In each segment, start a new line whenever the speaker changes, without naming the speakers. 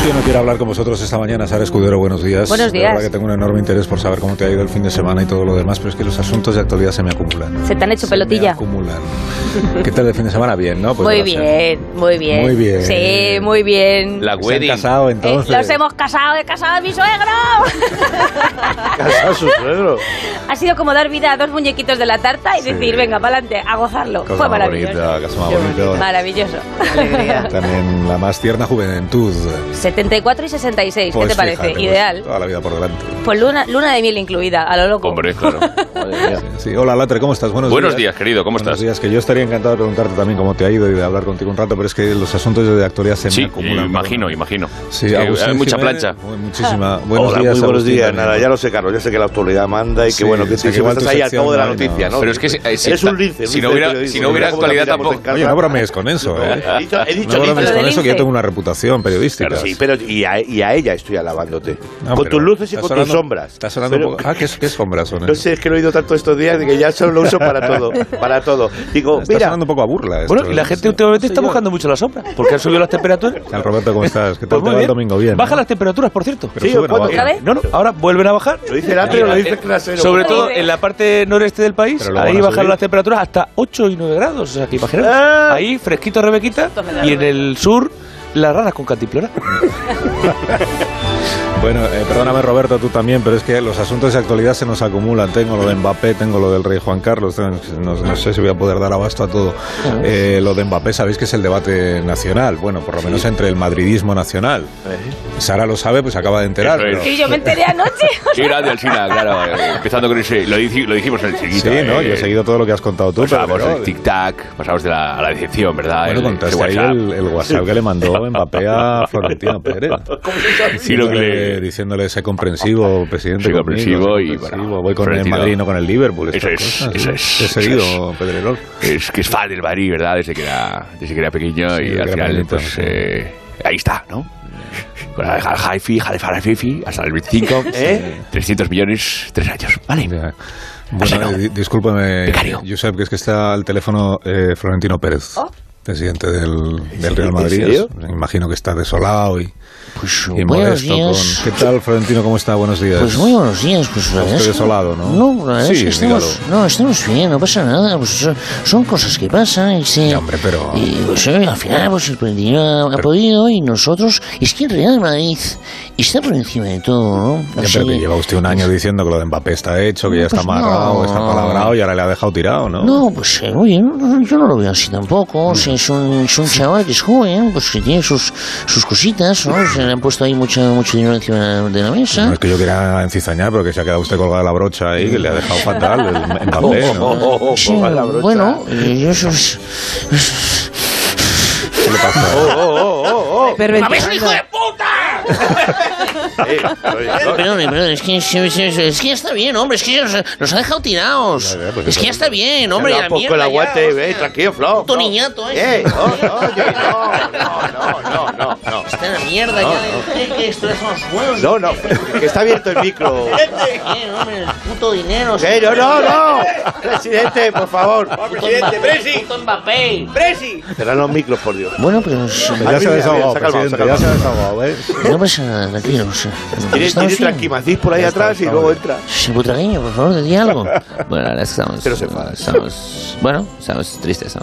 que yo no quiero hablar con vosotros esta mañana, Sara Escudero, buenos días.
Buenos
De
días.
verdad que tengo un enorme interés por saber cómo te ha ido el fin de semana y todo lo demás, pero es que los asuntos de actualidad se me acumulan.
Se te han hecho
Se me
pelotilla.
acumulan. ¿Qué tal el fin de semana? Bien, ¿no? Pues
muy
gracias.
bien, muy bien.
Muy bien.
Sí, muy bien.
La
Se han
wedding.
casado entonces.
Eh, los hemos casado, he casado a mi suegro.
Casa a su suegro.
ha sido como dar vida a dos muñequitos de la tarta y
Sí.
decir, venga, para adelante, a gozarlo.
Cosa
Fue
más
maravilloso.
bonita, cosa más bonita.
Maravilloso.
También la más tierna juventud.
74 y 66,
Pues
¿qué te parece?
fíjate, pues,
Ideal.
toda la vida por delante.
Pues luna, luna de miel incluida, a lo loco.
Hombre, claro.
Sí, hola Latre, ¿cómo estás? Buenos,
Buenos días, querido, ¿cómo
Buenos
estás?
días, que yo estaría encantado de preguntarte también cómo te ha ido y de hablar contigo un rato, pero es que los asuntos de actualidad se
Sí,
me acumulan.
imagino, imagino.
Sí,
Que
Agustín
hay mucha
Jiménez,
plancha.
muy- Muchísima. Buenos
Hola,
días.
muy buenos
Agustín,
días.
también.
Nada, ya lo sé, Carlos. Ya sé que la actualidad manda y
Sí,
que bueno, que
o sea,
te
que va
estás
tu
ahí al
sección,
cabo de la
no,
noticia,
no.
¿no?
Pero es que si- eh, si
Eres
ta-
un lince. un
si no
lince
hubiera-
periodista,
si no hubiera
¿cómo te
actualidad
miramos
tampoco.
en casa?
Oye, no bromees con eso, ¿eh?
He dicho, he dicho
No bromees
Lo
lince.
con
del
eso, que yo
lince.
tengo una reputación periodística.
Claro, sí, pero y a, y a ella estoy alabándote.
No,
con
pero
tus luces y
estás
con tus
hablando-
sombras.
Estás hablando
Pero-
un poco. Ah, ¿qué, qué sombras son? eh?
No sé, es que lo he oído tanto estos días de que ya solo lo uso para todo. Para todo. Digo,
Está
mira,
sonando un poco a burla. esto, ¿eh?
Bueno, y la
¿no?
gente últimamente está buscando mucho la sombra, porque han subido las temperaturas.
¿Qué tal, Roberto, ¿cómo estás? ¿Qué tal
Pues
te
muy
va el
bien.
domingo? Bien.
Baja
¿no?
las temperaturas, por cierto.
Pero
Sí,
suben o
¿cuándo?
bajan?
¿Otra vez?
No, no, ahora vuelven a bajar.
lo dice el atre o lo dice el trasero.
Sobre
¿Qué
todo
dices?
en la parte noreste del país,
Pero lo van
ahí
a
bajaron
subir.
las temperaturas hasta 8 y 9 grados. O sea, que imaginaros.
Ah.
Ahí, fresquito Rebequita, y en el sur, las ranas con cantimplora.
Bueno, eh, perdóname Roberto, tú también, pero es que los asuntos de actualidad se nos acumulan. Tengo lo de Mbappé, tengo lo del rey Juan Carlos, tengo- no, no sé si voy a poder dar abasto a todo. Eh, lo de Mbappé sabéis que es el debate nacional, bueno, por lo menos entre el madridismo nacional. Sara lo sabe, pues acaba de enterar.
Eh. Eso es.
pero-
Y yo me enteré anoche.
Sí, grande el Sina, claro. eh, Empezando con ese. Lo, dici- lo dijimos en el chiquito.
Sí, ¿no?
eh, pues
Yo he seguido todo lo que has contado tú, pero...
Pasamos
pero-
del tic-tac, pasamos de la, a la decepción, ¿verdad?
Bueno,
El-
contaste
ese
ahí
WhatsApp.
el, el WhatsApp que le mandó Mbappé a Florentino Pérez.
Sí, lo que
Diciéndole-
le-
Diciéndole, sé comprensivo, presidente.
Sé
conmigo,
comprensivo
sé
y,
comprensivo,
bueno,
Voy con el
Florentino.
Madrid, no con el Liverpool.
Eso
estas
es,
cosas,
eso
¿no?
es,
Te he
eso
seguido, Pedrerol.
Es que es fan del Madrid, ¿verdad? Desde que era, desde que era pequeño
Sí,
y
desde
al
que era
final,
pequeñito,
pues.
sí.
eh, ahí está, ¿no? Con el Haifi, Haifi, Haifi, hasta el 25, ¿eh? 300 millones, 3 años, ¿vale?
Ya.
Así no.
Bueno, eh, di- discúlpame,
Vicario.
Josep, que es que está al teléfono eh, Florentino Pérez.
Oh.
Presidente del, del
serio?
Real
¿En
Madrid.
serio?
Es- Imagino que está desolado y,
Pues,
y
buenos
modesto.
días.
con- ¿Qué tal, Florentino? ¿Cómo está? Buenos días.
Pues muy buenos días, pues la verdad
Estoy
es que-
desolado, ¿no?
No, la verdad es
Sí,
que estamos,
dígalo.
no, estamos bien, no pasa nada, pues son, son cosas que pasan y se...
Ya, hombre, pero-
Y pues, eh, al final pues el Florentino ha, ha podido y nosotros... Es que el Real Madrid está por encima de todo, ¿no?
Ya,
Así
pero que
que-
lleva usted un año diciendo que lo de Mbappé está hecho, que ya está
Pues no.
amarrado, está palabrado y ahora le ha dejado tirado, ¿no?
No, pues eh, oye, no- no- yo no lo veo así tampoco. O sea, es, un, es un chaval que es joven, pues que tiene sus, sus cositas, ¿no? Se le han puesto ahí mucho, mucho dinero encima de la mesa.
No es que yo quiera encizañar, pero que se ha quedado usted colgada la brocha ahí, que le ha dejado fatal el Mbappé, Pues, ¿no?
Oh, oh, oh,
Sí,
ponga la brocha.
bueno, eh, yo eso es-
¿Qué le pasa?
Eh, oye, no,
Perdón, perdón, es que, es, es- es que ya está bien, hombre, es que ya nos, nos ha dejado tirados.
Ya, ya, pues
es que ya está bien, hombre,
no,
la
pues,
mierda
con el aguante,
ya,
eh, tranquilo, Flo.
Puto
no.
niñato, eh.
Eh, no, no, oye, no, no, no, no, no.
Está en la mierda ya, eh, que esto es unos huevos.
No, no, que está abierto el micro.
Eh, hombre, el puto dinero.
Eh, no, no, no. Presidente, por favor.
Puto Mbappé, puto Mbappé.
Cerran los micros, por Dios.
Bueno,
pues,
pero es-
Ya se ha desahogado,
Se ha calmado, se ha
presidente, ya se ha desahogado, ¿eh?
no pasa nada, tranquilos.
Tiene,
Estamos
tiene
bien.
tranquimacís por ahí atrás y luego entra.
Sí,
pues,
putragueño, por favor, di algo.
Bueno, la verdad es que estamos.
Pero se enfada.
estamos- bueno, estamos tristes, ¿no?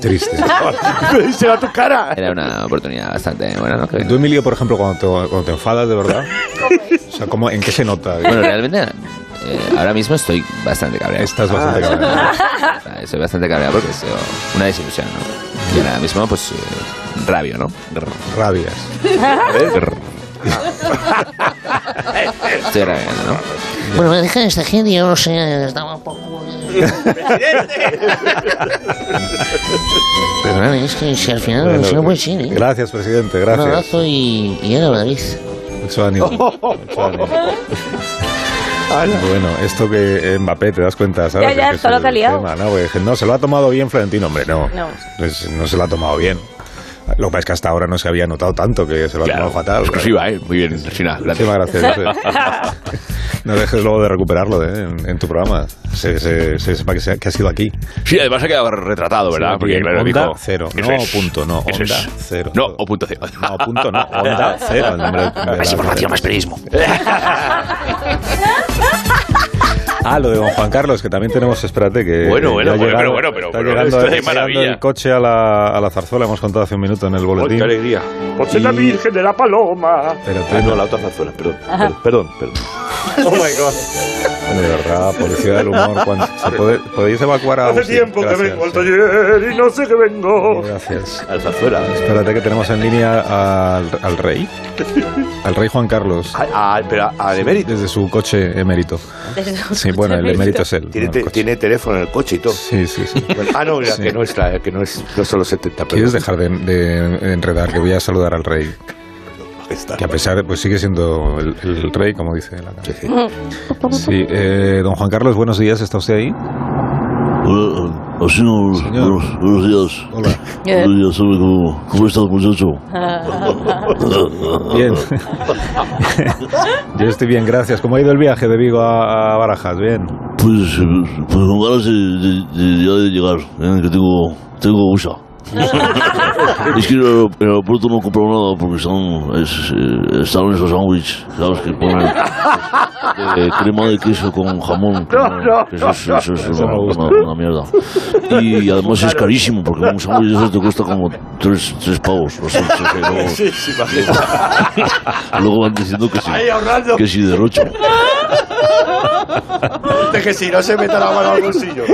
Triste.
Se va tu cara.
Era una oportunidad bastante buena, ¿no? Que-
Tú, Emilio, por ejemplo, cuando te, cuando te enfadas, de verdad. O sea, ¿cómo- ¿en qué se nota?
Bueno, realmente, eh, ahora mismo estoy bastante cabreado.
Estás bastante
Ah,
cabreado.
O sea, Estoy Ah, bastante cabreado porque ha sido una desilusión, ¿no? Y ahora mismo, pues, eh, rabio, ¿no?
Rabias.
Estoy rabiando, ¿no?
Bueno, deja esta gente, yo no sé, estaba un poco... Perdón, es que si al final
Bueno,
si no puede ser, ¿eh?
Gracias, presidente,
Un
gracias.
abrazo y, y a la Madrid.
Mucho ánimo. Mucho ánimo. Bueno, esto que eh, Mbappé, te das cuenta, ¿sabes?
Ya, ya,
Es que
solo
es
te ha
el
liado.
tema, ¿no? Porque dije, no, se lo ha tomado bien Florentino, hombre, no.
No.
Pues, no se lo ha tomado bien. Lo que pasa es que hasta ahora no se había notado tanto que se lo ha
Claro, Pues
tomado fatal.
Exclusiva, ¿eh? Muy bien, Sina.
Muchísimas gracias. José. No dejes luego de recuperarlo ¿eh? en, en tu programa. Se, se- se sepa que, se ha- que ha sido aquí.
Sí, además ha quedado retratado, ¿verdad?
Sí,
Porque claro,
onda
dijo,
cero.
eso
No,
es.
punto, no.
Eso
Onda
es.
cero.
No, o punto cero.
No, punto, no. Onda cero. el nombre de- de
Más
la-
información, más periodismo.
Ah, lo de don Juan Carlos, que también tenemos, espérate, que...
Bueno, bueno,
ya ha
bueno,
llegado-
bueno, bueno, pero-
está
pero
llegando,
esto es de
está llegando
maravilla.
el coche a la, a la zarzuela, hemos contado hace un minuto en el
¡Ay,
boletín.
qué alegría! Por ser pues la
Y-
Virgen de la Paloma.
Espérate,
Ah, no, la otra zarzuela, perdón. Perdón, perdón, perdón. Oh my god.
De verdad, policía del humor. cuando- ¿se puede- ¿Podéis evacuar a
Hace
Agustín?
tiempo que
Gracias,
vengo al
sí.
taller y no sé que vengo.
Gracias.
La zarzuela.
Espérate que tenemos en línea al, al rey. Al rey Juan Carlos.
Ah, ah, pero a de mérito.
Desde su coche emérito. Sí, bueno, el emérito es él.
Tiene,
no el
te-
coche.
tiene teléfono en el coche y todo.
Sí, sí, sí.
Bueno, ah, no, mira,
Sí.
que no es la, que no es, no son los 70, pero
¿Quieres dejar de, de enredar? Que voy a saludar al rey.
está.
Que a pesar de, pues sigue siendo el, el rey, como dice la canción. Sí, eh, don Juan Carlos, buenos días, ¿está usted ahí?
Hola, señor, buenos, buenos días.
Hola.
Eh.
Buenos días, hombre, ¿cómo, cómo estás, muchacho?
Bien. Yo estoy bien, gracias. ¿Cómo ha ido el viaje de Vigo a, a Barajas? Bien.
Pues, eh, pues con ganas de, de- de- ya de llegar, eh, que tengo, tengo USA. es que en el aer- en el aeropuerto no he comprado nada porque están, es, eh, están esos sándwiches, ¿sabes? Que ponen eh, crema de queso con jamón. que que eso, es- eso es una, una- una mierda. Y además es carísimo porque un sándwich de esos te cuesta como tres, tres pavos. O sea, o sea, luego- Luego van diciendo que sí.
ahorrando.
Que sí, derrocho.
Dice que si no se meta la mano al bolsillo.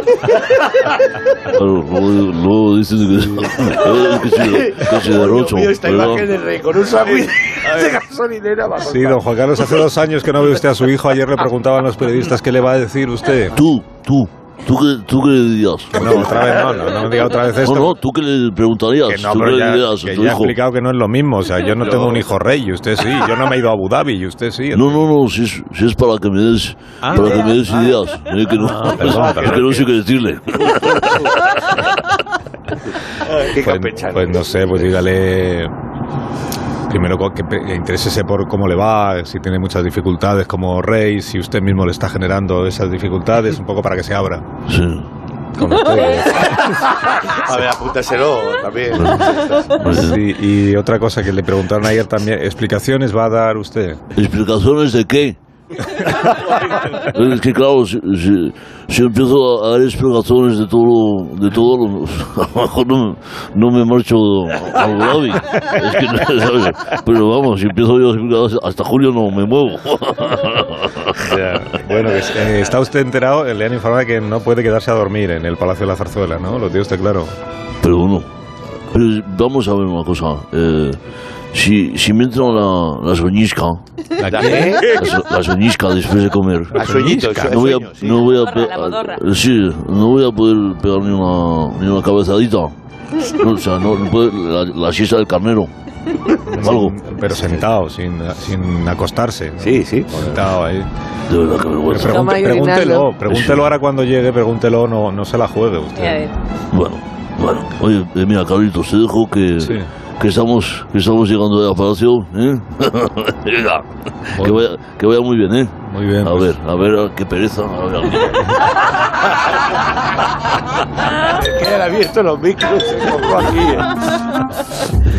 Claro, luego, luego dicen que, que sí, que sí, derrocho.
Mío, esta
¿verdad?
imagen del rey con un sándwich de gasolinera va a
Sí, don Juan Carlos, hace dos años que no ve usted a su hijo. Ayer le preguntaban los periodistas qué le va a decir usted.
Tú, tú, tú que, tú que le dirías.
No, otra vez no, no, no me diga otra vez
No,
esto.
no, tú que le preguntarías.
Que no,
tú que
pero
le
ya,
dirías a
que
tu
ya he
hijo.
explicado que no es lo mismo. O sea, yo no tengo un hijo rey y usted sí. Yo no me he ido a Abu Dhabi y usted sí.
No, no, no, si es, si es para que me des,
Ah,
para que me des ideas. eh, que no,
perdón,
es que no sé qué decirle.
Qué
Pues,
campechano.
pues no sé, pues dígale. Primero co- que pe- interésese por cómo le va, si tiene muchas dificultades como rey, si usted mismo le está generando esas dificultades, un poco para que se abra.
Sí.
Con usted.
A ver, apúntaselo también.
Pues Sí, y otra cosa que le preguntaron ayer también, explicaciones va a dar usted.
¿Explicaciones de qué? es que claro, si, si- si empiezo a dar explicaciones de todo, de todo lo, a lo mejor no, me- no me marcho a Abu Dhabi. Es que no, ¿sabes? Pero vamos, si empiezo yo a explicar, hasta julio no me muevo.
Bueno, que, eh, está usted enterado, eh, le han informado de que no puede quedarse a dormir en el Palacio de la Zarzuela, ¿no? Lo tiene usted claro.
Pero bueno, pero vamos a ver una cosa. eh, si, si me entra la, la soñisca,
¿La qué?
la, so- la soñisca después de comer,
La sueñito, el sue-
Pues, Ah, no voy a,
sueño, sí.
no voy a
Modorra,
pe-
la modorra.
eh, sí, no voy a poder pegar ni una, ni una cabezadita. No, o sea, no, no puede- la, la siesta del carnero. Algo.
Pero sentado, sin, sin acostarse. ¿no?
Sí, sí.
Sentado ahí.
De verdad que
Pero
vergüenza.
pregunte-
Toma y
pregúntelo,
orinarlo.
pregúntelo ahora cuando llegue, pregúntelo, no, no se la juegue usted.
Bueno, bueno. Oye, eh, mira, Carlitos, te dejo que,
Sí.
que, estamos, que estamos llegando ya al palacio. ¿eh? Venga, que vaya, que vaya muy bien, ¿eh?
Muy bien.
A
pues.
ver, a ver, ah, qué pereza. A ver, a ver.
Quedan abiertos los micros. Se mojó aquí. eh.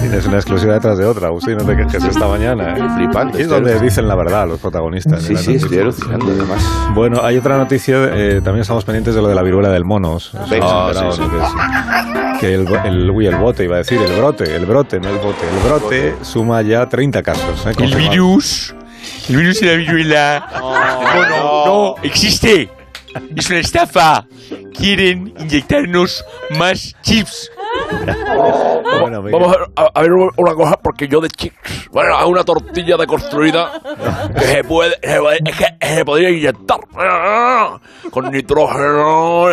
Tienes una exclusiva detrás de otra, Agustín, no te quejes esta mañana. ¿eh?
flipando,
Aquí es
estoy
donde dicen la verdad los protagonistas.
Sí,
de la
sí, estoy
noticia.
alucinando además.
Bueno, hay otra noticia, eh, también estamos pendientes de lo de la viruela del monos.
Venga,
Ah,
sí,
no,
sí.
no, que sí. Que el, bo- el, uy, el bote, iba a decir, el brote, el brote, no el bote. El brote suma ya 30 casos. eh,
El
confirmados.
virus. El virus de la viruela. No, no, no, existe. Es una estafa. Quieren inyectarnos más chips.
Bueno, mira,
Vamos a, a- a ver una cosa, porque yo de chips. Bueno, a una tortilla deconstruida que se puede. se puede- es que se podría inyectar. ah, Con nitrógeno.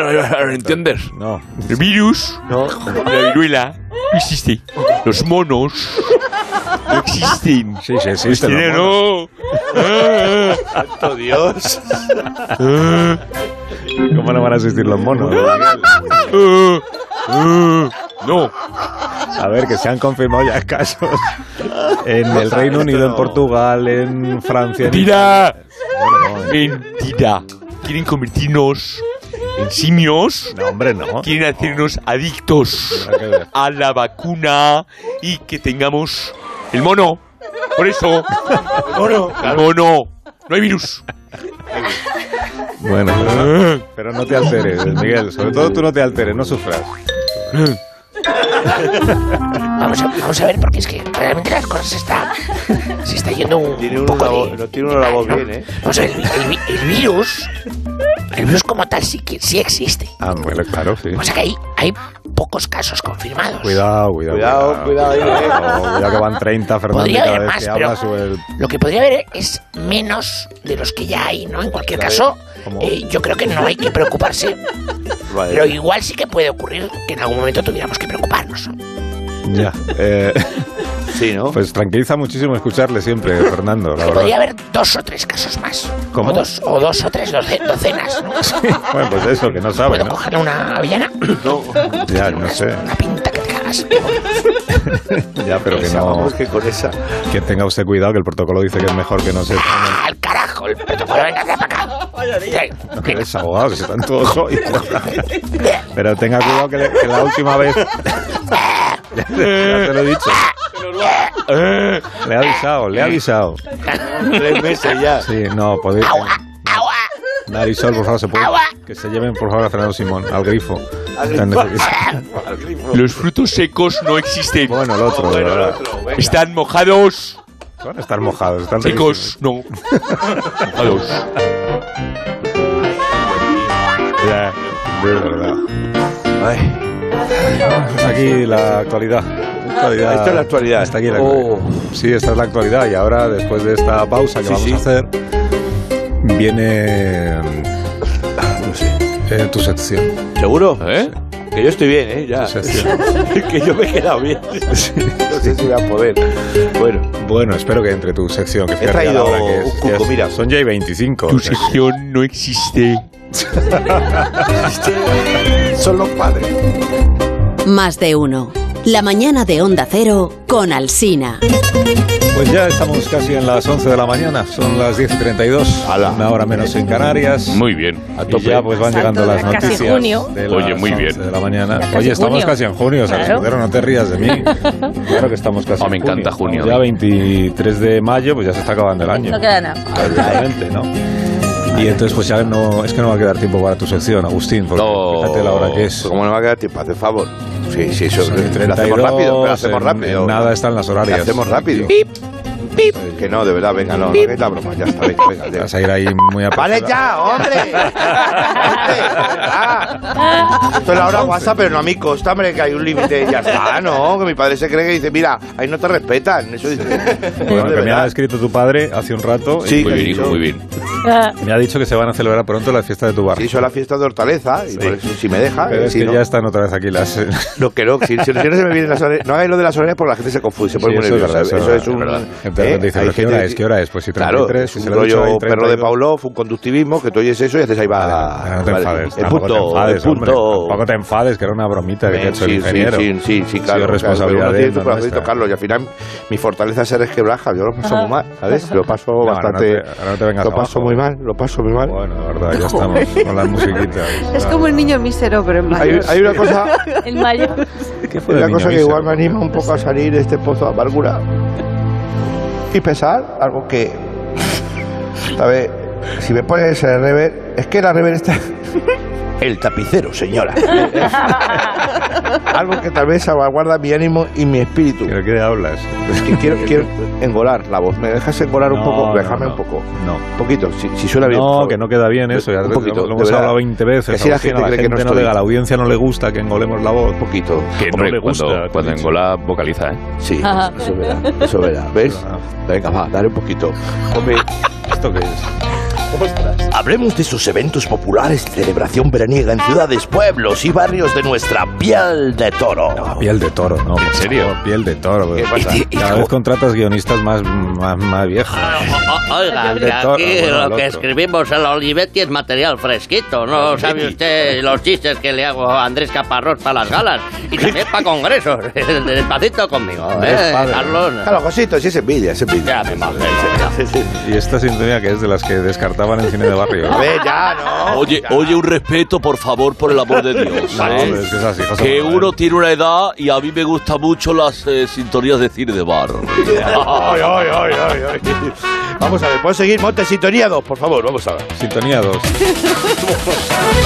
¿Entiendes?
No,
El virus de la viruela no existe. Los monos no existen.
sí, sí, existen los
Tiene-
monos.
no.
Santo Dios.
¿Cómo no van a existir los monos?
Eh, eh, No.
A ver, que se han confirmado ya casos en el Reino Unido, en Portugal, en Francia. en
Mentira.
Efectivamente.
Mentira. Quieren convertirnos en simios.
No, hombre, no.
Quieren hacernos adictos
Nada que ver.
a la vacuna y que tengamos el mono. Por eso. El mono. No hay virus.
Bueno, pero no, pero no te alteres, Miguel. Sobre todo tú no te alteres, no sufras.
Vamos a, vamos a ver, porque es que realmente las cosas están. Se está yendo un,
Tiene
un
uno
poco
la voz,
de-
no tiene uno la voz bien, ¿eh?
Vamos a ver, el, el vi- el virus. El virus como tal sí, que, sí existe.
Ah, bueno, claro, sí.
O sea que hay, hay pocos casos confirmados.
Cuidado, cuidado.
Cuidado, cuidado,
Cuidado, cuidado que van 30, Fernando, y
Podría
cada
haber
vez
más,
que
pero-
habla sube el...
Lo que podría haber es menos de los que ya hay, ¿no? En cualquier caso,
¿Cómo?
eh, yo creo que no hay que preocuparse.
Vale.
Pero igual sí que puede ocurrir que en algún momento tuviéramos que preocuparnos.
Ya. Eh,
Sí, ¿no?
pues tranquiliza muchísimo escucharle siempre, Fernando, la
Podría
verdad.
haber dos o tres casos más.
¿Cómo?
O dos o, dos o tres doce- docenas, ¿no?
Bueno, pues eso, que no sabe,
¿Puedo
¿no?
coger una avellana?
Ya, no sé.
Una pinta que te cagas.
Ya, pero que no...
Vamos que con esa.
Que tenga usted cuidado, que el protocolo dice que es mejor que no se...
¡Ah, al carajo! El protocolo venga hacia para acá.
No, que es abogado, que se están todos hoy. Pero tenga cuidado que, le- que la última vez... ya, te- ya te lo he dicho. Le he avisado, le he avisado.
Tres meses ya.
Sí, no, podéis...
¡Agua!
Narisol, por favor, se puede.
Agua.
Que se lleven, por favor, a Fernando Simón, al grifo. Tan necesario.
Los frutos secos no existen.
Bueno, el otro, de verdad.
Están mojados.
Van a estar mojados, están
Secos, no. Mojados.
riquísimos. Ya, de verdad. Ay. Aquí la actualidad. Actualidad.
Esto es la actualidad.
Está aquí la
Oh.
actualidad. Sí, esta es la actualidad. Y ahora, después de esta pausa que
Sí,
vamos
sí.
a hacer, viene. no sé, eh, tu sección.
¿Seguro?
¿Eh?
Que yo estoy bien, ¿eh? Ya.
Tu sección.
que yo me he quedado bien. No sé si voy a poder. Bueno,
Bueno, espero que entre tu sección. Que
He traído
ahora que
un cuco,
ya es-
mira.
Son ya y 25.
Tu sección no existe.
son los padres.
Más de uno. La mañana de Onda Cero con Alsina.
Pues ya estamos casi en las 11 de la mañana, son las 10 y 32,
Ala.
una hora menos en Canarias.
Muy bien.
a tope. Y ya pues van
Santo,
llegando las
ya casi
noticias.
junio.
de las
Oye, muy
11
bien.
De la mañana.
Ya casi
Oye, estamos
junio.
casi en junio, o sea,
Claro.
Escudero, no te rías de mí. Claro que estamos casi.
Ah, me
en
encanta junio.
Estamos Ya 23 de mayo, pues ya se está acabando el año.
No queda nada.
Prácticamente, ¿no? Y entonces pues ya no es que no va a quedar tiempo para tu sección, Agustín, porque
No.
fíjate la hora que es.
¿Cómo no va a quedar tiempo? Hace favor. Sí, sí, eso. lo
32,
hacemos rápido, pero hacemos
en-
rápido.
en nada están las
Lo
horarias.
hacemos rápido. Que no, de verdad, venga, no, no hagáis la broma, ya está, venga, venga. ya.
Vas a ir ahí muy a
¡Vale ya, hombre! ¡Hombre, de verdad! Esto es la hora WhatsApp, pero no a mi costa, hombre, que hay un límite. Ya está, ¿no? Que mi padre se cree que dice, mira, ahí no te respetan. Eso dice.
Bueno,
No, de
que me ha
verdad.
escrito tu padre hace un rato.
Sí,
Muy bien, hijo,
yo-
muy bien.
y Me ha dicho que se van a celebrar pronto la fiesta de tu barrio.
Sí, son las fiestas de Hortaleza, y por eso si me deja,
Pero
eh,
es
si
que
no,
ya están otra vez aquí las. Eso
no, que no, si, si- si no se me vienen las orejas, no hagáis lo de las orejas porque la gente se confunde, se pone muy
eso es
nerviosa.
verdad,
Eso es
eso es
un... ¿eh?
verdad.
Entonces te dice,
hay
¿pero qué
gente
hora
que-
es? ¿Qué hora es? Pues si
Claro,
33,
es
si se
un
lo he dicho, hay
rollo perro de
32.
Pavlov, un conductivismo, que tú oyes eso y haces ahí va.
Ah, no te
vale.
enfades,
El
tampoco
punto,
te enfades,
el punto.
hombre. Tampoco te enfades, que era una bromita que te ha hecho el
sí, sí,
ingeniero.
sí, sí, sí,
Ha
claro.
sido responsabilidad de él,
claro, pero uno tiene su
no
corazón
nuestra.
y tocarlo, y al final mi fortaleza es que quebraja, yo lo paso muy mal, ¿sabes? Lo paso
Bueno,
bastante.
no te- ahora no te vengas
lo paso
abajo.
muy mal, lo paso muy mal.
Bueno, la verdad, ya estamos con las musiquitas.
Es como el niño mísero, pero en
Hay,
mayor.
hay una cosa,
El mayor.
¿Qué fue
una
del niño
cosa que
mísero?
igual me anima un poco a salir de este pozo de amargura y pesar, algo que. A ver, si me pones el rever, es que la rever está. El tapicero, señora. algo que tal vez salvaguarda mi ánimo y mi espíritu.
¿Pero qué hablas?
Que quiero, quiero engolar la voz. ¿Me dejas engolar un
No,
poco?
no,
Déjame
no.
un poco.
No.
Un poquito, si, si suena bien. por
No,
favor.
que no queda bien eso. Ya
Un
lo-
poquito,
lo
de
hemos
verdad.
hablado 20 veces.
Que así la
Agustín,
gente
a
cree que no
gente no
estoy.
le- a la audiencia no le gusta que engolemos la voz.
Un poquito.
Que
Hombre,
hombre,
le gusta,
cuando,
te
cuando
he dicho.
Angola vocaliza, ¿eh?
Sí,
Ajá.
eso es verdad. Eso es verdad. ¿Ves? Venga, va, dale un poquito. Hombre,
¿Esto qué es?
Hablemos de sus eventos populares de celebración veraniega en ciudades, pueblos y barrios de nuestra piel de toro. Eh,
Piel de toro, ¿no? ¿En
serio?
piel de toro.
¿Qué
pues.
pasa?
Cada vez contratas guionistas más, más, más viejos.
Oiga,
El de toro, bueno, el otro.
escribimos a la Olivetti es material fresquito. No sabe usted los chistes que le hago a Andrés Caparrós para las galas y también para congresos. Despacito conmigo, ¿eh?
Es padre.
Claro, Josito, sí es envidia, es envidia.
Ya me imagino.
Y esta sintonía que es de las que descartamos
estaban en cine de barrio.
A ver, ya, no.
Oye, oye, un respeto, por favor, por el amor de Dios.
No,
¿eh?
hombre, es que es así, José
Que
Manuel.
uno tiene una edad y a mí me gustan mucho las eh, sintonías de cine de bar.
Ay, ay, ay, ay, ay. Vamos a ver, ¿puedo seguir? Monte Sintonía 2, por favor, vamos a ver.
Sintonía 2.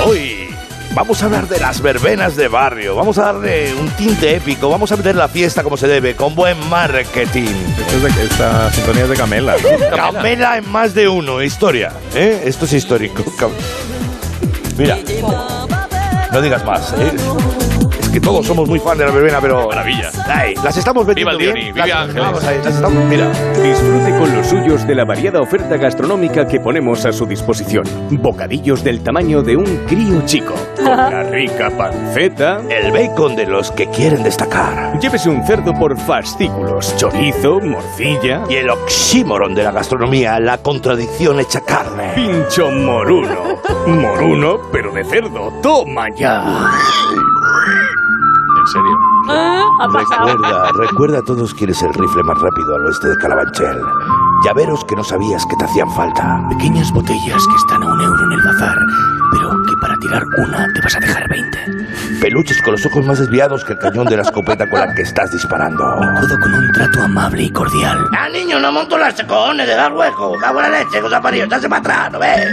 Hoy vamos a hablar de las verbenas de barrio. Vamos a darle un tinte épico. Vamos a meter la fiesta como se debe, con buen marketing.
Esto es de- Esta sintonía es de Camela.
Camela en más de uno, historia. ¿eh? Esto es histórico. Cam- Mira, no digas más. ¿eh? Es que todos somos muy fan de la verbena, pero.
Maravilla.
Ay, las estamos vendiendo
Viva el
bien.
Dioni, viva
Las-
Ángeles.
vamos ahí, las estamos- Mira.
Disfrute con los suyos de la variada oferta gastronómica que ponemos a su disposición. Bocadillos del tamaño de un crío chico, con la rica panceta.
El bacon de los que quieren destacar.
Llévese un cerdo por fascículos, chorizo, morcilla,
Y el oxímoron de la gastronomía, la contradicción hecha carne.
pincho moruno. Moruno, pero de cerdo. Toma ya.
En serio.
Ha pasado.
Recuerda, recuerda a todos quieres el rifle más rápido al oeste de Calabanchel. Llaveros que no sabías que te hacían falta.
Pequeñas botellas que están a un euro en el bazar, pero que para tirar una te vas a dejar 20.
Peluches con los ojos más desviados que el cañón de la escopeta con la que estás disparando.
Todo con un trato amable y cordial.
¡Ah, niño, no monto las cojones de dar hueco! ¡Da buena leche, cosa parió! ¡Estás para atrás, ¿no ves?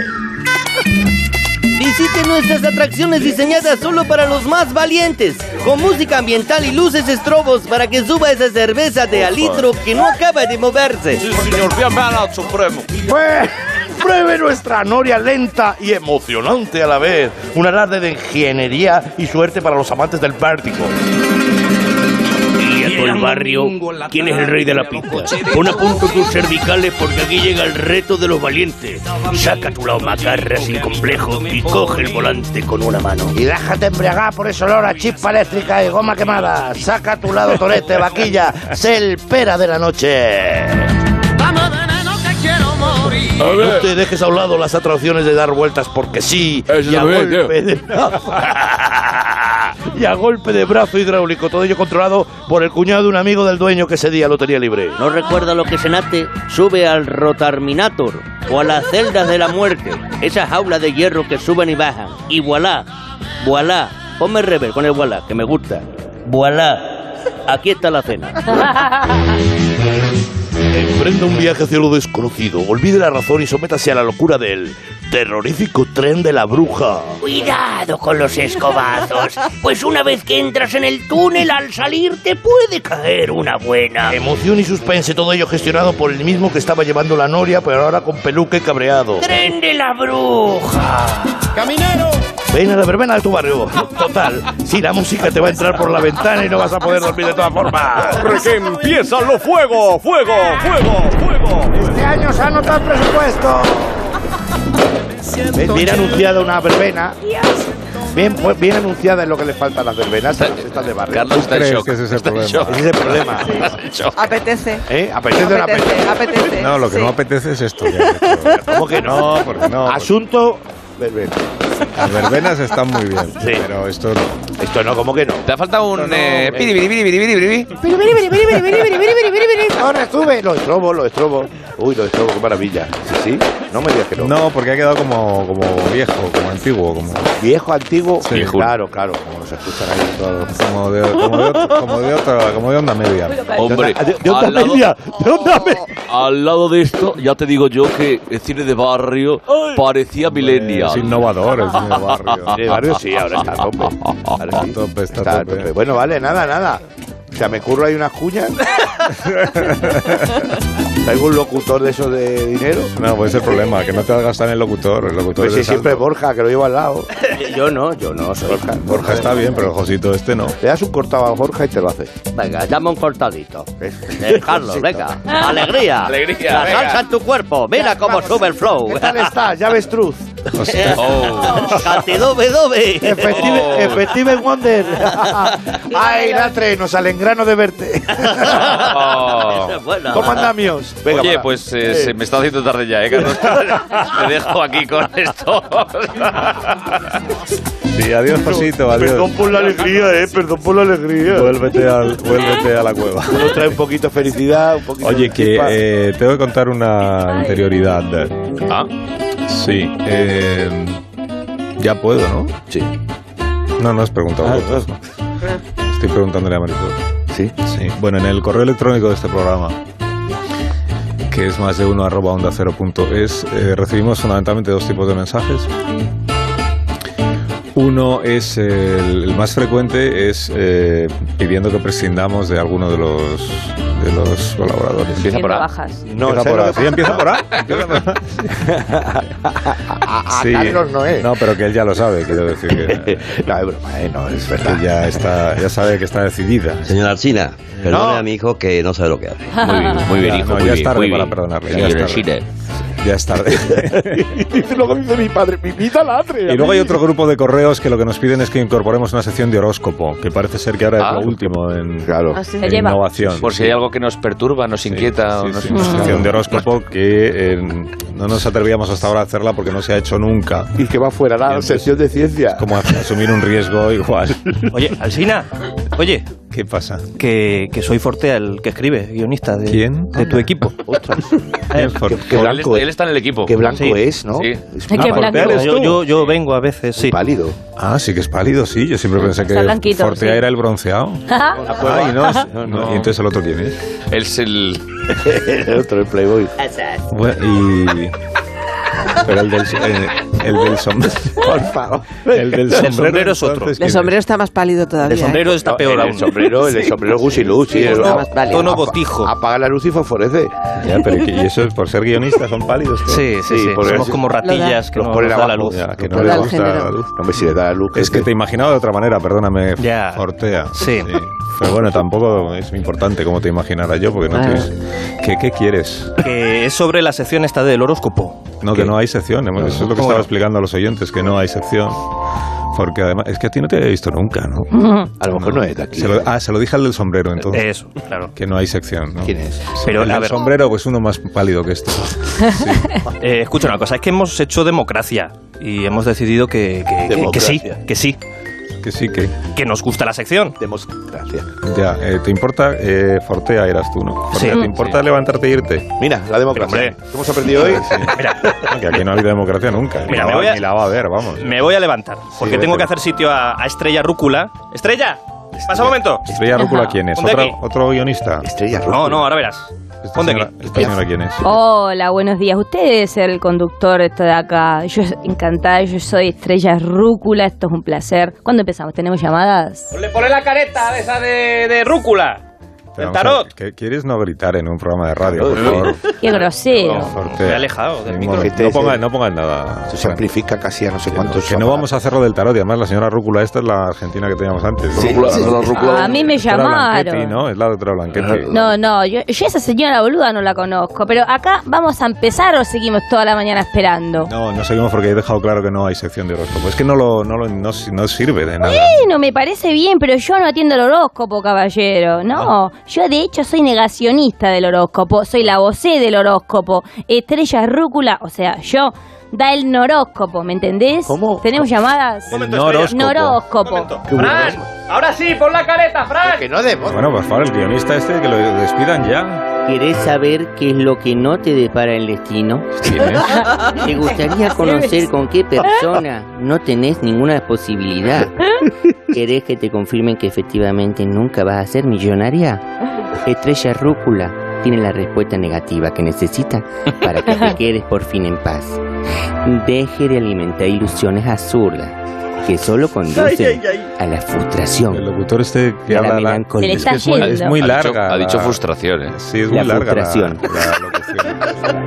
Visite nuestras atracciones diseñadas solo para los más valientes, con música ambiental y luces estrobos para que suba esa cerveza de al litro que no acaba de moverse.
Sí, señor, bien, bien al Supremo.
Pues, pruebe nuestra noria lenta y emocionante a la vez. Un alarde de ingeniería y suerte para los amantes del vértigo.
Y a todo el barrio, ¿quién es el rey de la pista? Pon a punto tus cervicales porque aquí llega el reto de los valientes. Saca tu lado macarra sin complejo y coge el volante con una mano.
Y déjate embriagar por ese olor a chispa eléctrica y goma quemada. Saca a tu lado torete, vaquilla. Sé el pera de la noche. No te dejes a un lado las atracciones de dar vueltas porque sí.
Eso
y, a
también,
golpe
tío.
de brazo, y a golpe de brazo hidráulico. Todo ello controlado por el cuñado de un amigo del dueño que ese día lo tenía libre.
No recuerda lo que cenaste, sube al Rotarminator o a las celdas de la muerte, esas jaulas de hierro que suben y bajan. Y voilà, voilà, ponme rever con el voilà, que me gusta. Voilà, aquí está la cena.
Emprenda un viaje hacia lo desconocido. Olvide la razón y sométase a la locura del terrorífico tren de la bruja.
Cuidado con los escobazos, pues una vez que entras en el túnel al salir te puede caer una buena.
Emoción y suspense, todo ello gestionado por el mismo que estaba llevando la noria, pero ahora con peluque cabreado.
Tren de la bruja.
Ven a la verbena de tu barrio. Total, si la música te va a entrar por la ventana y no vas a poder dormir de todas formas.
Porque empiezan los fuegos, fuego, fuego, fuego.
Este año se ha notado el presupuesto. Bien, bien anunciada una verbena. Bien, pues, bien anunciada es lo que le falta a las verbenas, a las estas de barrio.
Carlos está en
¿Crees
shock.
que ese es el
Está en
problema?
shock.
Ese es el problema.
Apetece.
¿Eh? Apetece o no apetece.
apetece.
No, lo que
Sí.
no apetece es esto. ya, de hecho.
¿Cómo que no?
Porque no, porque
Asunto verbena.
las verbenas están muy bien, pero esto no.
Esto no, ¿cómo que no?
Te ha faltado un. eh, piri, piri, piri, piri, piri, piri.
Ahora sube, lo estrobo, lo estrobo. Uy, lo estrobo, qué maravilla. Sí, sí, no me digas que no.
No, porque ha quedado como, como viejo, como antiguo, como,
Viejo, antiguo,
Sí.
Viejo. claro, claro, como nos escuchan ahí todos.
como, de, como, de, otro- como, de otra- como de onda media.
Hombre,
¿De, de onda
al lado- Oh.
media? ¿De onda media?
Al lado de esto, ya te digo yo que el cine de barrio parecía millennial.
Es innovador el cine de
De
barrio.
barrio sí, ahora está a tope. Ahora sí.
Está a tope, está a
Está a
tope.
tope. Bueno, vale, nada, nada. O sea, me curro ahí unas cuñas. ¿Traigo un locutor de esos de dinero?
No, pues es el problema, que no te hagas gastar en el locutor. El locutor
Pues
es
si
el
siempre es
santo.
Borja, que lo llevo al lado.
Yo no, yo no soy.
Borja,
Borja está bien, pero el Josito este no.
Le das un cortado a Borja y te lo hace.
Venga, dame un cortadito.
¿Ves?
Eh, Carlos, venga. Alegría.
Alegría,
La
venga.
salsa en tu cuerpo. Mira cómo sube el flow.
¿Qué tal estás? Llaves Truth.
Cate dobe dobe.
Efective,
Oh.
Efective Wonder. Ay, Latre, nos alegrano de verte.
Oh.
Esa es buena.
¿Cómo andamos?
Oye,
para.
pues eh, se me está haciendo tarde ya, ¿eh, Carlos? Te dejo aquí con esto.
Sí, adiós, Josito, adiós.
Perdón por la alegría, eh, perdón por la alegría.
Vuélvete, al, vuélvete a la cueva.
Uno trae un poquito de felicidad, un poquito
eh,
Oye,
de
que
chispa.
eh, te voy a contar una interioridad.
Ah, Sí. eh, ya puedo, ¿no? Sí. Ah, No, no has preguntado. vosotros. Estoy preguntándole a Marisol. ¿Sí? Sí. Bueno, en el correo electrónico de este programa que es más de uno arroba onda cero punto es, eh, recibimos fundamentalmente dos tipos de mensajes. Uno es eh, el, el más frecuente, es eh, pidiendo que prescindamos de alguno de los, de los colaboradores.
Empieza por A. Bajas.
No, empieza por A. Sí, empieza por A.
a
Sí.
Carlos no es.
No, pero que él ya lo sabe, quiero decir que. no, es broma,
eh,
no, es verdad. Que ya, está, ya sabe que está decidida.
Señora Arcina, perdone a mi hijo que no sabe lo que hace. Muy bien, muy bien,
Ya,
hijo,
no,
muy
ya
bien,
es tarde
muy
para
bien.
perdonarle.
Sí,
Ya es
yo lo
eh.
tarde. Ya es tarde.
Y luego dice mi padre, mi vida latre.
Y luego hay otro grupo de correos que lo que nos piden es que incorporemos una sección de horóscopo, que parece ser que ahora es lo último en,
Ah, sí.
en
Se lleva.
innovación.
Por si hay algo que nos perturba, nos inquieta. o nos...
Una sección de
Pues
horóscopo que eh, no nos atrevíamos hasta ahora a hacerla porque no se ha hecho nunca.
Y que va fuera la sección de ciencia.
Como as- asumir un riesgo igual.
Oye, Alsina, oye.
¿Qué pasa?
Que, que soy Fortea, el que escribe, guionista. De,
¿Quién?
De tu equipo. Ostras.
Qué- qué Él blanco es- es. él está en el equipo.
Qué
blanco es, ¿no? Sí. Es Qué blanco. blanco. ¿Eres
Yo,
tú?
yo, yo vengo a veces, sí.
Pálido. Ah, sí que es pálido, sí. Yo siempre pensé que
Está blanquito,
Fortea
sí.
era el bronceado. Ah, Ay, no, es- no. ¿Y entonces el otro quién es?
Es el.
el otro, el Playboy. Bueno, y... Pero el del, el, el del sombrero. Por favor. El del sombrero,
es otro.
entonces,
El sombrero está más pálido todavía.
El sombrero
¿eh?
está peor
el
aún.
sombrero, el sombrero gusilú, sí, el-
Está más pálido.
Tono botijo. Apaga la luz y fosforece.
Ya, pero que- y eso es por ser guionistas, son pálidos. todos.
Sí, sí, sí. Somos como ratillas que
los
no
ponen
nos da la
abajo.
luz.
Ya, que
Nos
no
da
les
el
gusta
género.
la luz. Es que te imaginaba de otra manera, perdóname,
Ya.
Fortea.
Sí.
Pero bueno, tampoco es importante como te imaginara yo, porque no
Ah.
tienes... ¿Qué, qué quieres?
Que es sobre la sección esta del horóscopo.
No, que no hay sección. hemos- Eso es lo que
¿Cómo
estaba
no?
explicando a los oyentes, que no hay sección. Porque además, es que a ti no te había visto nunca, ¿no?
A lo mejor no es de aquí.
Se lo- ah, se lo dije al del sombrero, entonces.
Eso, claro.
Que no hay sección, ¿no?
Eh, ¿Quién es? Pero,
Pero el
a
del
ver.
sombrero, pues uno más pálido que este.
Eh, escucha una cosa, es que hemos hecho democracia y hemos decidido que, que- que- que, sí,
Democracia.
que sí.
Que sí, que...
Que nos gusta la sección.
Democracia.
Ya, eh, ¿te importa? Eh, Fortea eras tú, ¿no? Fortea,
Sí.
¿Te importa levantarte e irte? Ah,
Mira, la democracia. ¿Qué hemos aprendido hoy?
Que aquí no ha habido democracia nunca.
Mira,
ni,
me
la,
voy a-
ni la va a ver, vamos.
Me voy a levantar, porque
vete.
tengo que hacer sitio a, a Estrella Rúcula. ¡Estrella! ¡Pasa un momento!
Estrella Rúcula, ¿quién es?
Ponte
¿Otra-
aquí.
¿Otro guionista?
Estrella
No, no, ahora verás. Ponte aquí. Oh.
¿Esta señora quién es?
Hola, buenos días. Usted es el conductor esto de acá. Yo encantada, yo soy Estrella Rúcula, esto es un placer. ¿Cuándo empezamos? ¿Tenemos llamadas?
Le pone la careta de esa de, de Rúcula.
Pero vamos a ver, ¿qué- ¿Quieres no gritar en un programa de radio, por favor?
Qué grosero.
Fortea.
Me he alejado del
Un
micro.
momento, No pongas no pongas nada.
Se amplifica casi a no sé cuántos.
Que no vamos a hacerlo del tarot, y además la señora Rúcula, esta es la argentina que teníamos antes.
Rúcula,
sí. la Rúcula. Ah, A mí me
Doctora
llamaron.
Blanchetti, ¿no? Es la doctora Blanquetti.
No, no, yo, yo esa señora boluda no la conozco. Pero acá vamos a empezar o seguimos toda la mañana esperando.
No, no seguimos porque he dejado claro que no hay sección de horóscopo. Es que no, lo, no, lo- no, no sirve de nada.
Bueno, me parece bien, pero yo no atiendo el horóscopo, caballero.
Ah.
No, yo de hecho soy negacionista del horóscopo, soy la vocé del horóscopo. Estrella Rúcula, o sea, yo da el noróscopo, ¿me entendés? ¿Cómo? ¿Tenemos llamadas?
noróscopo.
Noróscopo.
¡Fran! ¡Ahora sí! ¡Pon la careta, Fran!
Que no debo.
Bueno, por favor, el guionista este, que lo despidan ya.
¿Querés saber qué es lo que no te depara el destino? ¿Te gustaría conocer con qué persona no tenés ninguna posibilidad? ¿Querés que te confirmen que efectivamente nunca vas a ser millonaria? Estrella Rúcula tiene la respuesta negativa que necesita para que te quedes por fin en paz. Deje de alimentar ilusiones absurdas que solo conducen a la frustración. El
locutor este que habla la-
melancolía.
Es que es muy, es muy
Ha dicho-
larga.
ha dicho
la-
frustración, ¿eh?
Sí, es
La
muy larga la,
frustración.
la locución.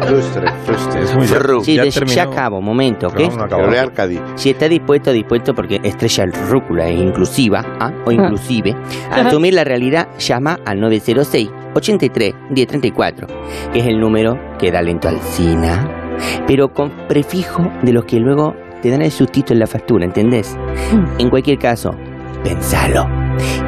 Frustre, frustre. Es muy
Sí,
ya
de- ya,
terminó.
acabo, momento, ¿ok?
Pero aún no acabó. Pero lea Arcadi.
Si está dispuesto, dispuesto, porque Estrella Rúcula es inclusiva, ¿ah? o inclusive, a asumir la realidad, llama al 906-83-1034, que es el número que da lento al SINA, pero con prefijo de los que luego te dan el sustito en la factura, ¿entendés? En cualquier caso, pensalo.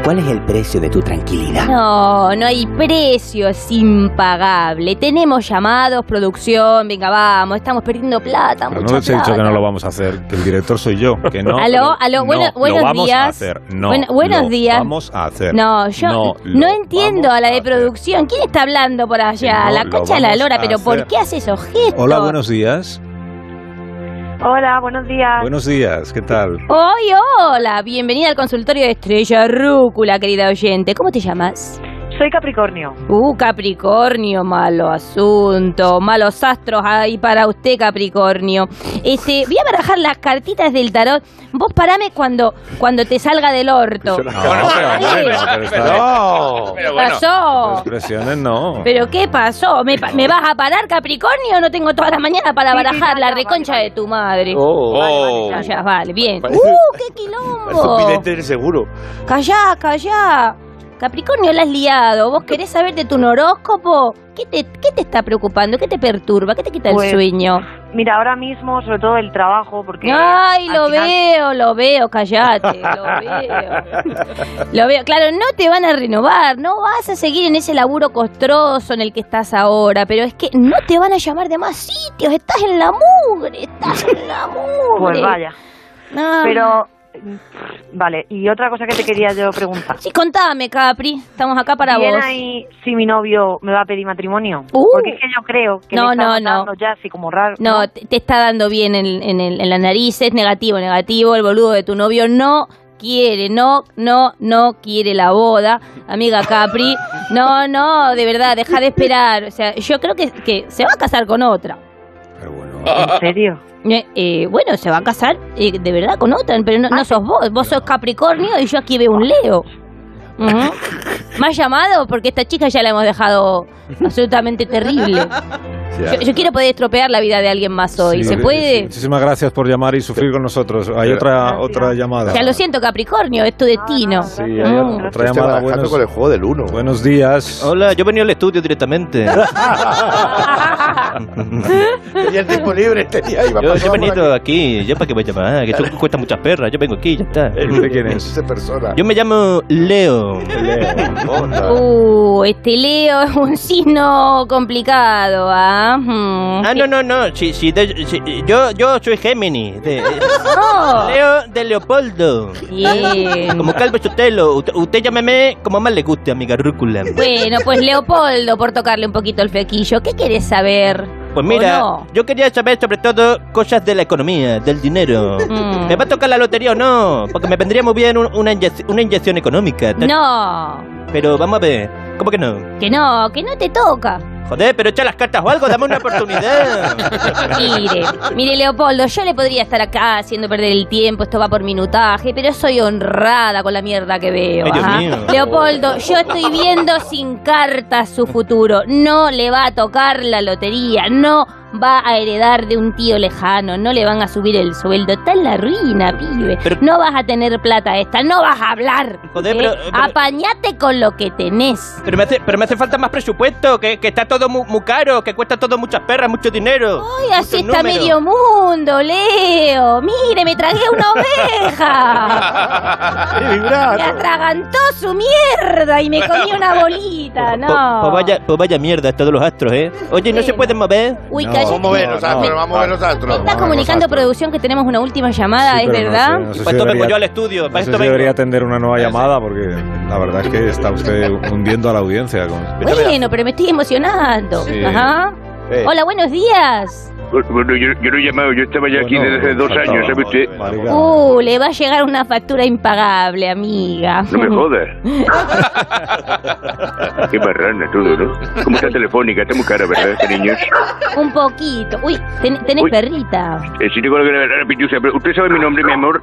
¿Cuál es el precio de tu tranquilidad?
No, no hay precio, es impagable. Tenemos llamados, producción, venga, vamos, estamos perdiendo plata,
Pero
mucha
no les he dicho
plata.
que no lo vamos a hacer, que el director soy yo, que no.
aló,
lo-
aló,
no,
bueno,
lo
buenos
vamos
días.
A hacer. No,
Bueno, buenos
lo
días.
Vamos a hacer.
No, yo no,
lo-
entiendo a la de producción. ¿Quién está hablando por allá?
no,
la
lo
cacha de la
vamos
lora,
a
pero
hacer.
¿por qué hace esos gestos?
Hola, buenos días.
Hola, buenos
Ah.
días.
Buenos días, ¿qué tal?
Hoy, hola, bienvenida al consultorio de Estrella Rúcula, querida oyente. ¿Cómo te llamas?
Soy Capricornio.
Uh, Capricornio, malo asunto, malos astros ahí para usted, Capricornio. Este, voy a barajar las cartitas del tarot. Vos parame cuando, cuando te salga del orto.
Oh.
no.
¿Qué pasó?
Expresiones no.
¿Pero qué pasó? ¿Me, pa- me vas a parar, Capricornio? No tengo toda la mañana para barajar la reconcha de tu madre.
Oh.
Vale, vale, ya, vale, bien.
Parece-
¡Uh, qué
Es un
quilombo!
vidente del seguro.
Callá, callá. Capricornio, la has liado. ¿Vos querés saber de tu horóscopo? ¿Qué te, qué te está preocupando? ¿Qué te perturba? ¿Qué te quita
Pues,
el sueño?
Mira, ahora mismo, sobre todo el trabajo, porque.
Ay,
al
lo
final-
veo, lo veo, callate. Lo veo, claro, no te van a renovar, no vas a seguir en ese laburo costroso en el que estás ahora, pero es que no te van a llamar de más sitios, estás en la mugre, estás en la mugre.
Pues vaya.
Ah.
Pero. mm, Vale, y otra cosa que te quería yo preguntar.
Sí, contame, Capri, estamos acá para
¿Bien
vos.
ahí si mi novio me va a pedir matrimonio?
Uh.
Porque es que yo creo que
No,
me está
no, no.
matando ya así como raro.
No, te, te está dando bien en, en, el- en la nariz, es negativo, negativo, el boludo de tu novio no quiere, no, no, no quiere la boda, amiga Capri, no, no, de verdad, deja de esperar, o sea, yo creo que, que se va a casar con otra.
¿En serio?
Eh, eh, bueno, se va a casar eh, de verdad con otra, pero
Ah.
no, no sos vos, vos sos Capricornio y yo aquí veo un Leo. Ujú. Me has llamado porque esta chica ya la hemos dejado absolutamente terrible. Yo, yo quiero poder estropear la vida de alguien más hoy.
Sí,
¿Se
sí,
puede? Ah,
sí. Muchísimas gracias por llamar y sufrir con nosotros. Hay otra otra llamada.
Ya lo siento, Capricornio, es tu destino.
Sí, hay
Mm.
otra llamada. Buenos, con el juego del uno. Buenos días.
Hola, yo venía al estudio directamente.
Tenía el tiempo libre. Tenía, iba
Yo, yo he
pasando por
venido aquí, yo para qué voy a llamar, que esto cuesta muchas perras, yo vengo aquí, ya está.
¿Usted quién es?
Esa persona.
Yo me llamo Leo.
Uh, este Leo es un signo complicado, ¿ah? Mm.
Ah, no, no, no, si, si de- si- yo, yo soy Géminis. de-
Oh.
Leo de Leopoldo.
Bien.
Como Calvo Sotelo, usted, usted llámeme como más le guste, amiga Rúcula.
Bueno, pues Leopoldo, por tocarle un poquito el flequillo, ¿qué quieres saber?
Pues mira,
¿O no?
yo quería saber sobre todo cosas de la economía, del dinero.
Mm.
¿Me va a tocar la lotería o no? Porque me vendría muy bien un- una, inyec- una inyección económica. Tal-
No,
Pero vamos a ver, ¿cómo que no?
que no, que no te toca.
Joder, pero echa las cartas o algo, dame una oportunidad.
Mire, mire Leopoldo, yo le podría estar acá haciendo perder el tiempo, esto va por minutaje, pero soy honrada con la mierda que veo.
Ay, Dios
ajá.
mío.
Leopoldo, yo estoy viendo sin cartas su futuro. No le va a tocar la lotería, no va a heredar de un tío lejano, no le van a subir el sueldo. Está en la ruina, pibe. no vas a tener plata esta, no vas a hablar.
Joder,
¿eh?
pero- pero-
Apañate con lo que tenés.
Pero me, hace, pero me hace falta más presupuesto, que, que está todo mu- muy, caro, que cuesta todo muchas perras, mucho dinero.
Ay, así
muchos
está
números.
medio mundo, Leo. Mire, me tragué una oveja. Me atragantó su mierda y me comí una bolita,
Pues, pues
no.
vaya, pues vaya mierda, todos los astros, ¿eh? Oye, ¿no se pueden mover?
Uy, No. cállate. Vamos a ver los astros, vamos a ver
los astros.
Está comunicando producción que tenemos una última llamada,
Sí,
¿es
pero no
verdad?
sé, no sé si
Para Pues esto vengo
debería-
yo al estudio,
No
para
sé
esto
si
vengo.
debería atender una nueva llamada porque la verdad es que está usted hundiendo a la audiencia. Con...
Bueno, pero me estoy emocionando.
Sí.
Ajá.
Eh.
Hola, buenos días.
Bueno, yo, yo no he llamado, yo estaba ya aquí desde hace dos años, ¿sabe usted? Oh.
Uh, le va a llegar una factura impagable, amiga.
No me jodas. Qué marrana todo, ¿no? ¿Cómo está Telefónica? Está muy cara, ¿verdad, este Eh, cariños?
Un poquito. Uy, ten- tenés perrita.
Eh, sí tengo la gran pitucia, pero ¿usted sabe mi nombre, mi amor?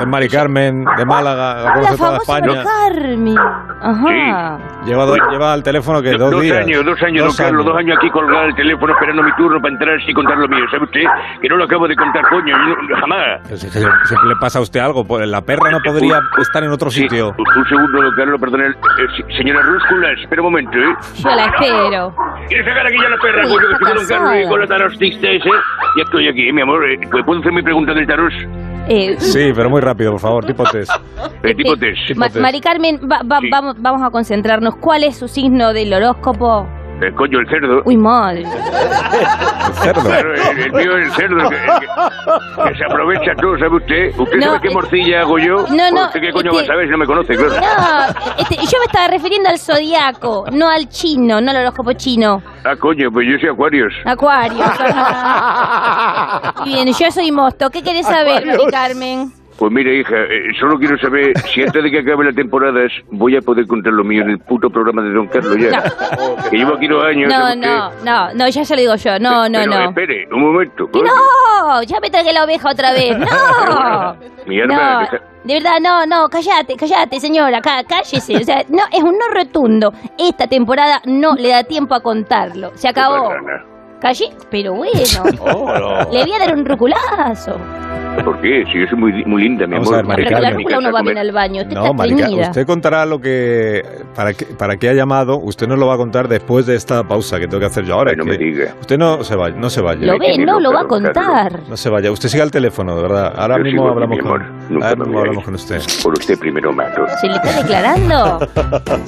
Es Mari Carmen, de Málaga, la
La
Ah, conoce toda
famosa
España.
Carmen. Ajá.
Lleva, do- lleva al teléfono que dos,
dos
días.
años, dos años, don Carlos, dos años aquí colgado el teléfono esperando mi turno para entrar y contar lo mío, ¿sabe usted? Que no lo acabo de contar, coño, no- jamás.
Pero si es que se- siempre le pasa a usted algo. pues La perra no podría estar en otro sitio.
Un segundo, don Carlos, perdone. eh, si- señora Rúscula, espera un momento, ¿eh?
Yo la espero.
¿Quieres sacar aquí ya la perra,
Uy,
coño,
está
que estoy con don Carlos y
casada.
con los tarotistas, eh? Ya estoy aquí, eh, mi amor. eh, ¿Puedo hacer mi pregunta del tarot?
Eh,
Sí, pero muy rápido, por favor, tipo test.
Eh, tipo test.
Ma- Mari Carmen, va- va- vamos, vamos a concentrarnos. ¿Cuál es su signo del horóscopo?
El Eh, coño, el cerdo.
Uy, madre.
Claro, el, el mío es el cerdo. Que, que- que se aprovecha todo, ¿sabe usted? ¿Usted
No,
sabe qué
eh,
morcilla hago yo?
no, no,
¿Usted qué coño
este-
va a saber si no me conoce, claro?
No, este, yo me estaba refiriendo al zodiaco, no al chino, no al horóscopo chino.
Ah, coño, pues yo soy Acuarios.
Acuario. Y bien, yo soy mosto. ¿Qué querés saber,
Acuarios.
Mari Carmen?
Pues mire, hija, eh, solo quiero saber si antes de que acabe la temporada voy a poder contar lo mío en el puto programa de Don Carlos ya. Que llevo aquí dos años.
No,
¿sabe
no,
usted?
no, no, ya se lo digo yo. No, no,
Pero
no.
espere, un momento.
Que
coño.
No, ya me tragué la oveja otra vez. No.
Mi arma...
No, de verdad, no, no, cállate, cállate, señora, ca- cállese. O sea, no, es un no rotundo. Esta temporada no le da tiempo a contarlo. Se acabó. Calle, pero bueno.
Oh,
Le voy a dar un ruculazo.
¿Por qué? Si yo soy muy, muy linda, mi
Vamos a
amor.
ver, Mari
Pero con la
Carmen.
rúcula uno va bien al baño. Usted
No,
está
Marica,
estreñida.
usted contará lo que para, qué para qué ha llamado. Usted nos lo va a contar después de esta pausa que tengo que hacer yo ahora. que- Usted no se vaya, no se vaya. eh,
Lo ve, no, lo va a contar.
No se vaya. Usted siga el teléfono, de verdad. Ahora
Yo
mismo
sigo,
hablamos
mi
con, ahora mismo hablamos con usted.
Por usted primero, Mato.
¿Se le está declarando?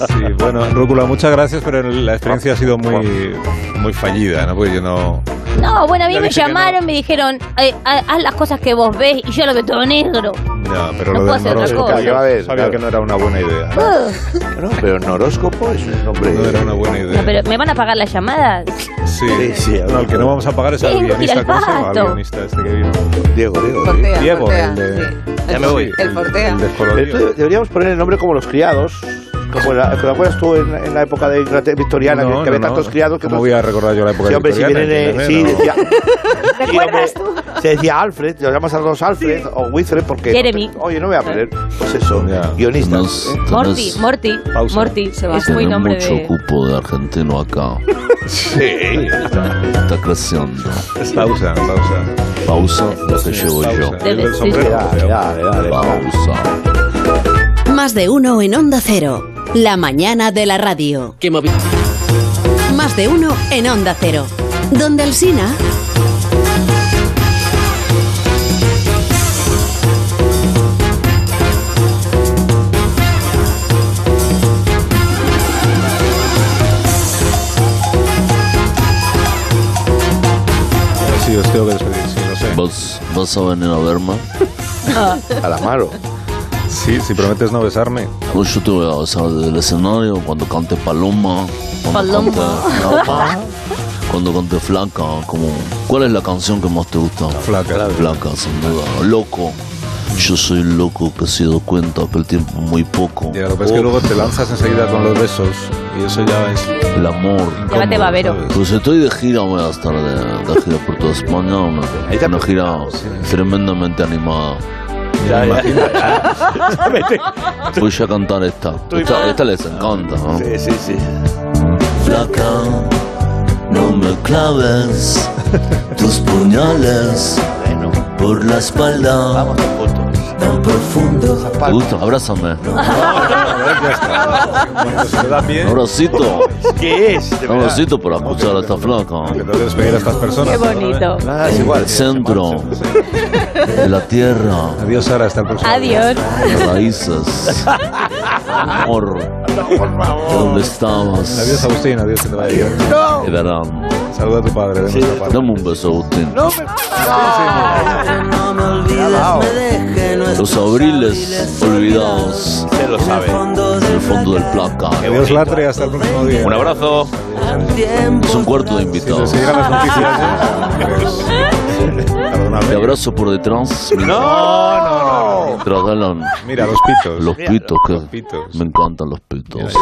Sí, bueno, Rúcula, muchas gracias, pero la experiencia ha sido muy, muy fallida, ¿no? Porque yo no...
No, bueno, a mí
Ya
me
dice que
llamaron, me dijeron, eh, ha- haz las cosas que vos ves y yo lo veo todo negro.
No, pero
No puedo
lo del
hacer otra
horóscopo,
cosa.
yo
A
ver,
sabía
claro.
que no era una buena idea.
Ugh.
No, pero un horóscopo es un nombre.
No era una buena idea.
No, pero ¿me van a pagar las llamadas?
Sí, No, el que no vamos a pagar es al
Tengo que ir
guionista.
al
¿Cómo se llama el
pasto.
guionista este que vino?
Diego, Diego.
Fortea, Diego, Fortea, el
de...
Ya me voy.
El
Fortea.
el descolorido.
Esto deberíamos poner el nombre como los criados. Como la, ¿Te acuerdas tú en, en la época de Inglaterra victoriana que,
No,
que había
no, no.
tantos criados que
¿Cómo
no-
voy a recordar yo la época
Sí, hombre, si
victoriana?
vienen, eh, sí,
Entiéndeme,
decía,
¿Te acuerdas tú?
se decía Alfred, lo llamas a los Alfred o Wilfred porque.
Jeremy.
Oye, no voy a poner. Pues eso, guionistas. ¿eh?
Morty, Morty, Morty, es muy
Tiene
nombre
mucho
de...
cupo de argentino acá.
Sí.
Está creciendo.
Pausa, pausa.
Pausa, lo que llevo yo.
Debe- El del sombrero.
Dale, dale, dale.
Pausa.
Más de uno en Onda Cero. La mañana de la radio. Más de uno en Onda Cero. Donde Alsina.
¿no? Sí, os tengo que despedir, sí, lo sé.
¿Vos, ¿Vas a venir a verme?
A la mano.
Sí, si prometes no besarme.
Pues yo te voy a besar desde el escenario cuando cante Paloma. Cuando
Paloma.
cante Paloma. Cuando cante Flaca. Como, ¿Cuál es la canción que más te gusta?
Flaca.
Flaca, sin duda. Loco. Yo soy loco que se dio cuenta que el tiempo es muy poco.
Ya, lo que es que luego te lanzas enseguida con los besos y eso ya es...
El amor.
Llévate babero.
Pues estoy de gira, voy a estar de, de gira por toda España, una, una gira tremendamente animada.
Ya,
Me
ya.
imagino-
Vete.
Voy a cantar esta. Esta, esta les encanta. ¿no?
Sí, sí, sí.
Flaca, no me claves tus puñales por la espalda. Vamos Tan profundo. Gusto, abrázame. Un abracito.
¿Qué es?
Un abracito para escuchar a esta flaca.
despedir a estas
Qué
personas.
bonito.
Ah, es
El centro de la tierra.
Adiós, Sara, hasta el próximo.
Adiós.
Las raíces. Amor. ¿Dónde estabas?
Adiós, Agustín, adiós, se te vaya bien.
De verdad. Eh,
Saluda a tu padre, de nuestra parte.
Dame un beso, Agustín. Los abriles olvidados. Se lo sabe. En el fondo del placa.
Adiós, Latre, hasta el próximo día.
Un abrazo.
Es un cuarto de invitados.
Se llegan las noticias, ¿eh?
Te abrazo por detrás.
No, no, no.
Mientras galan
Mira, los pitos.
los
Mira,
pitos. que
pitos.
Me encantan los pitos.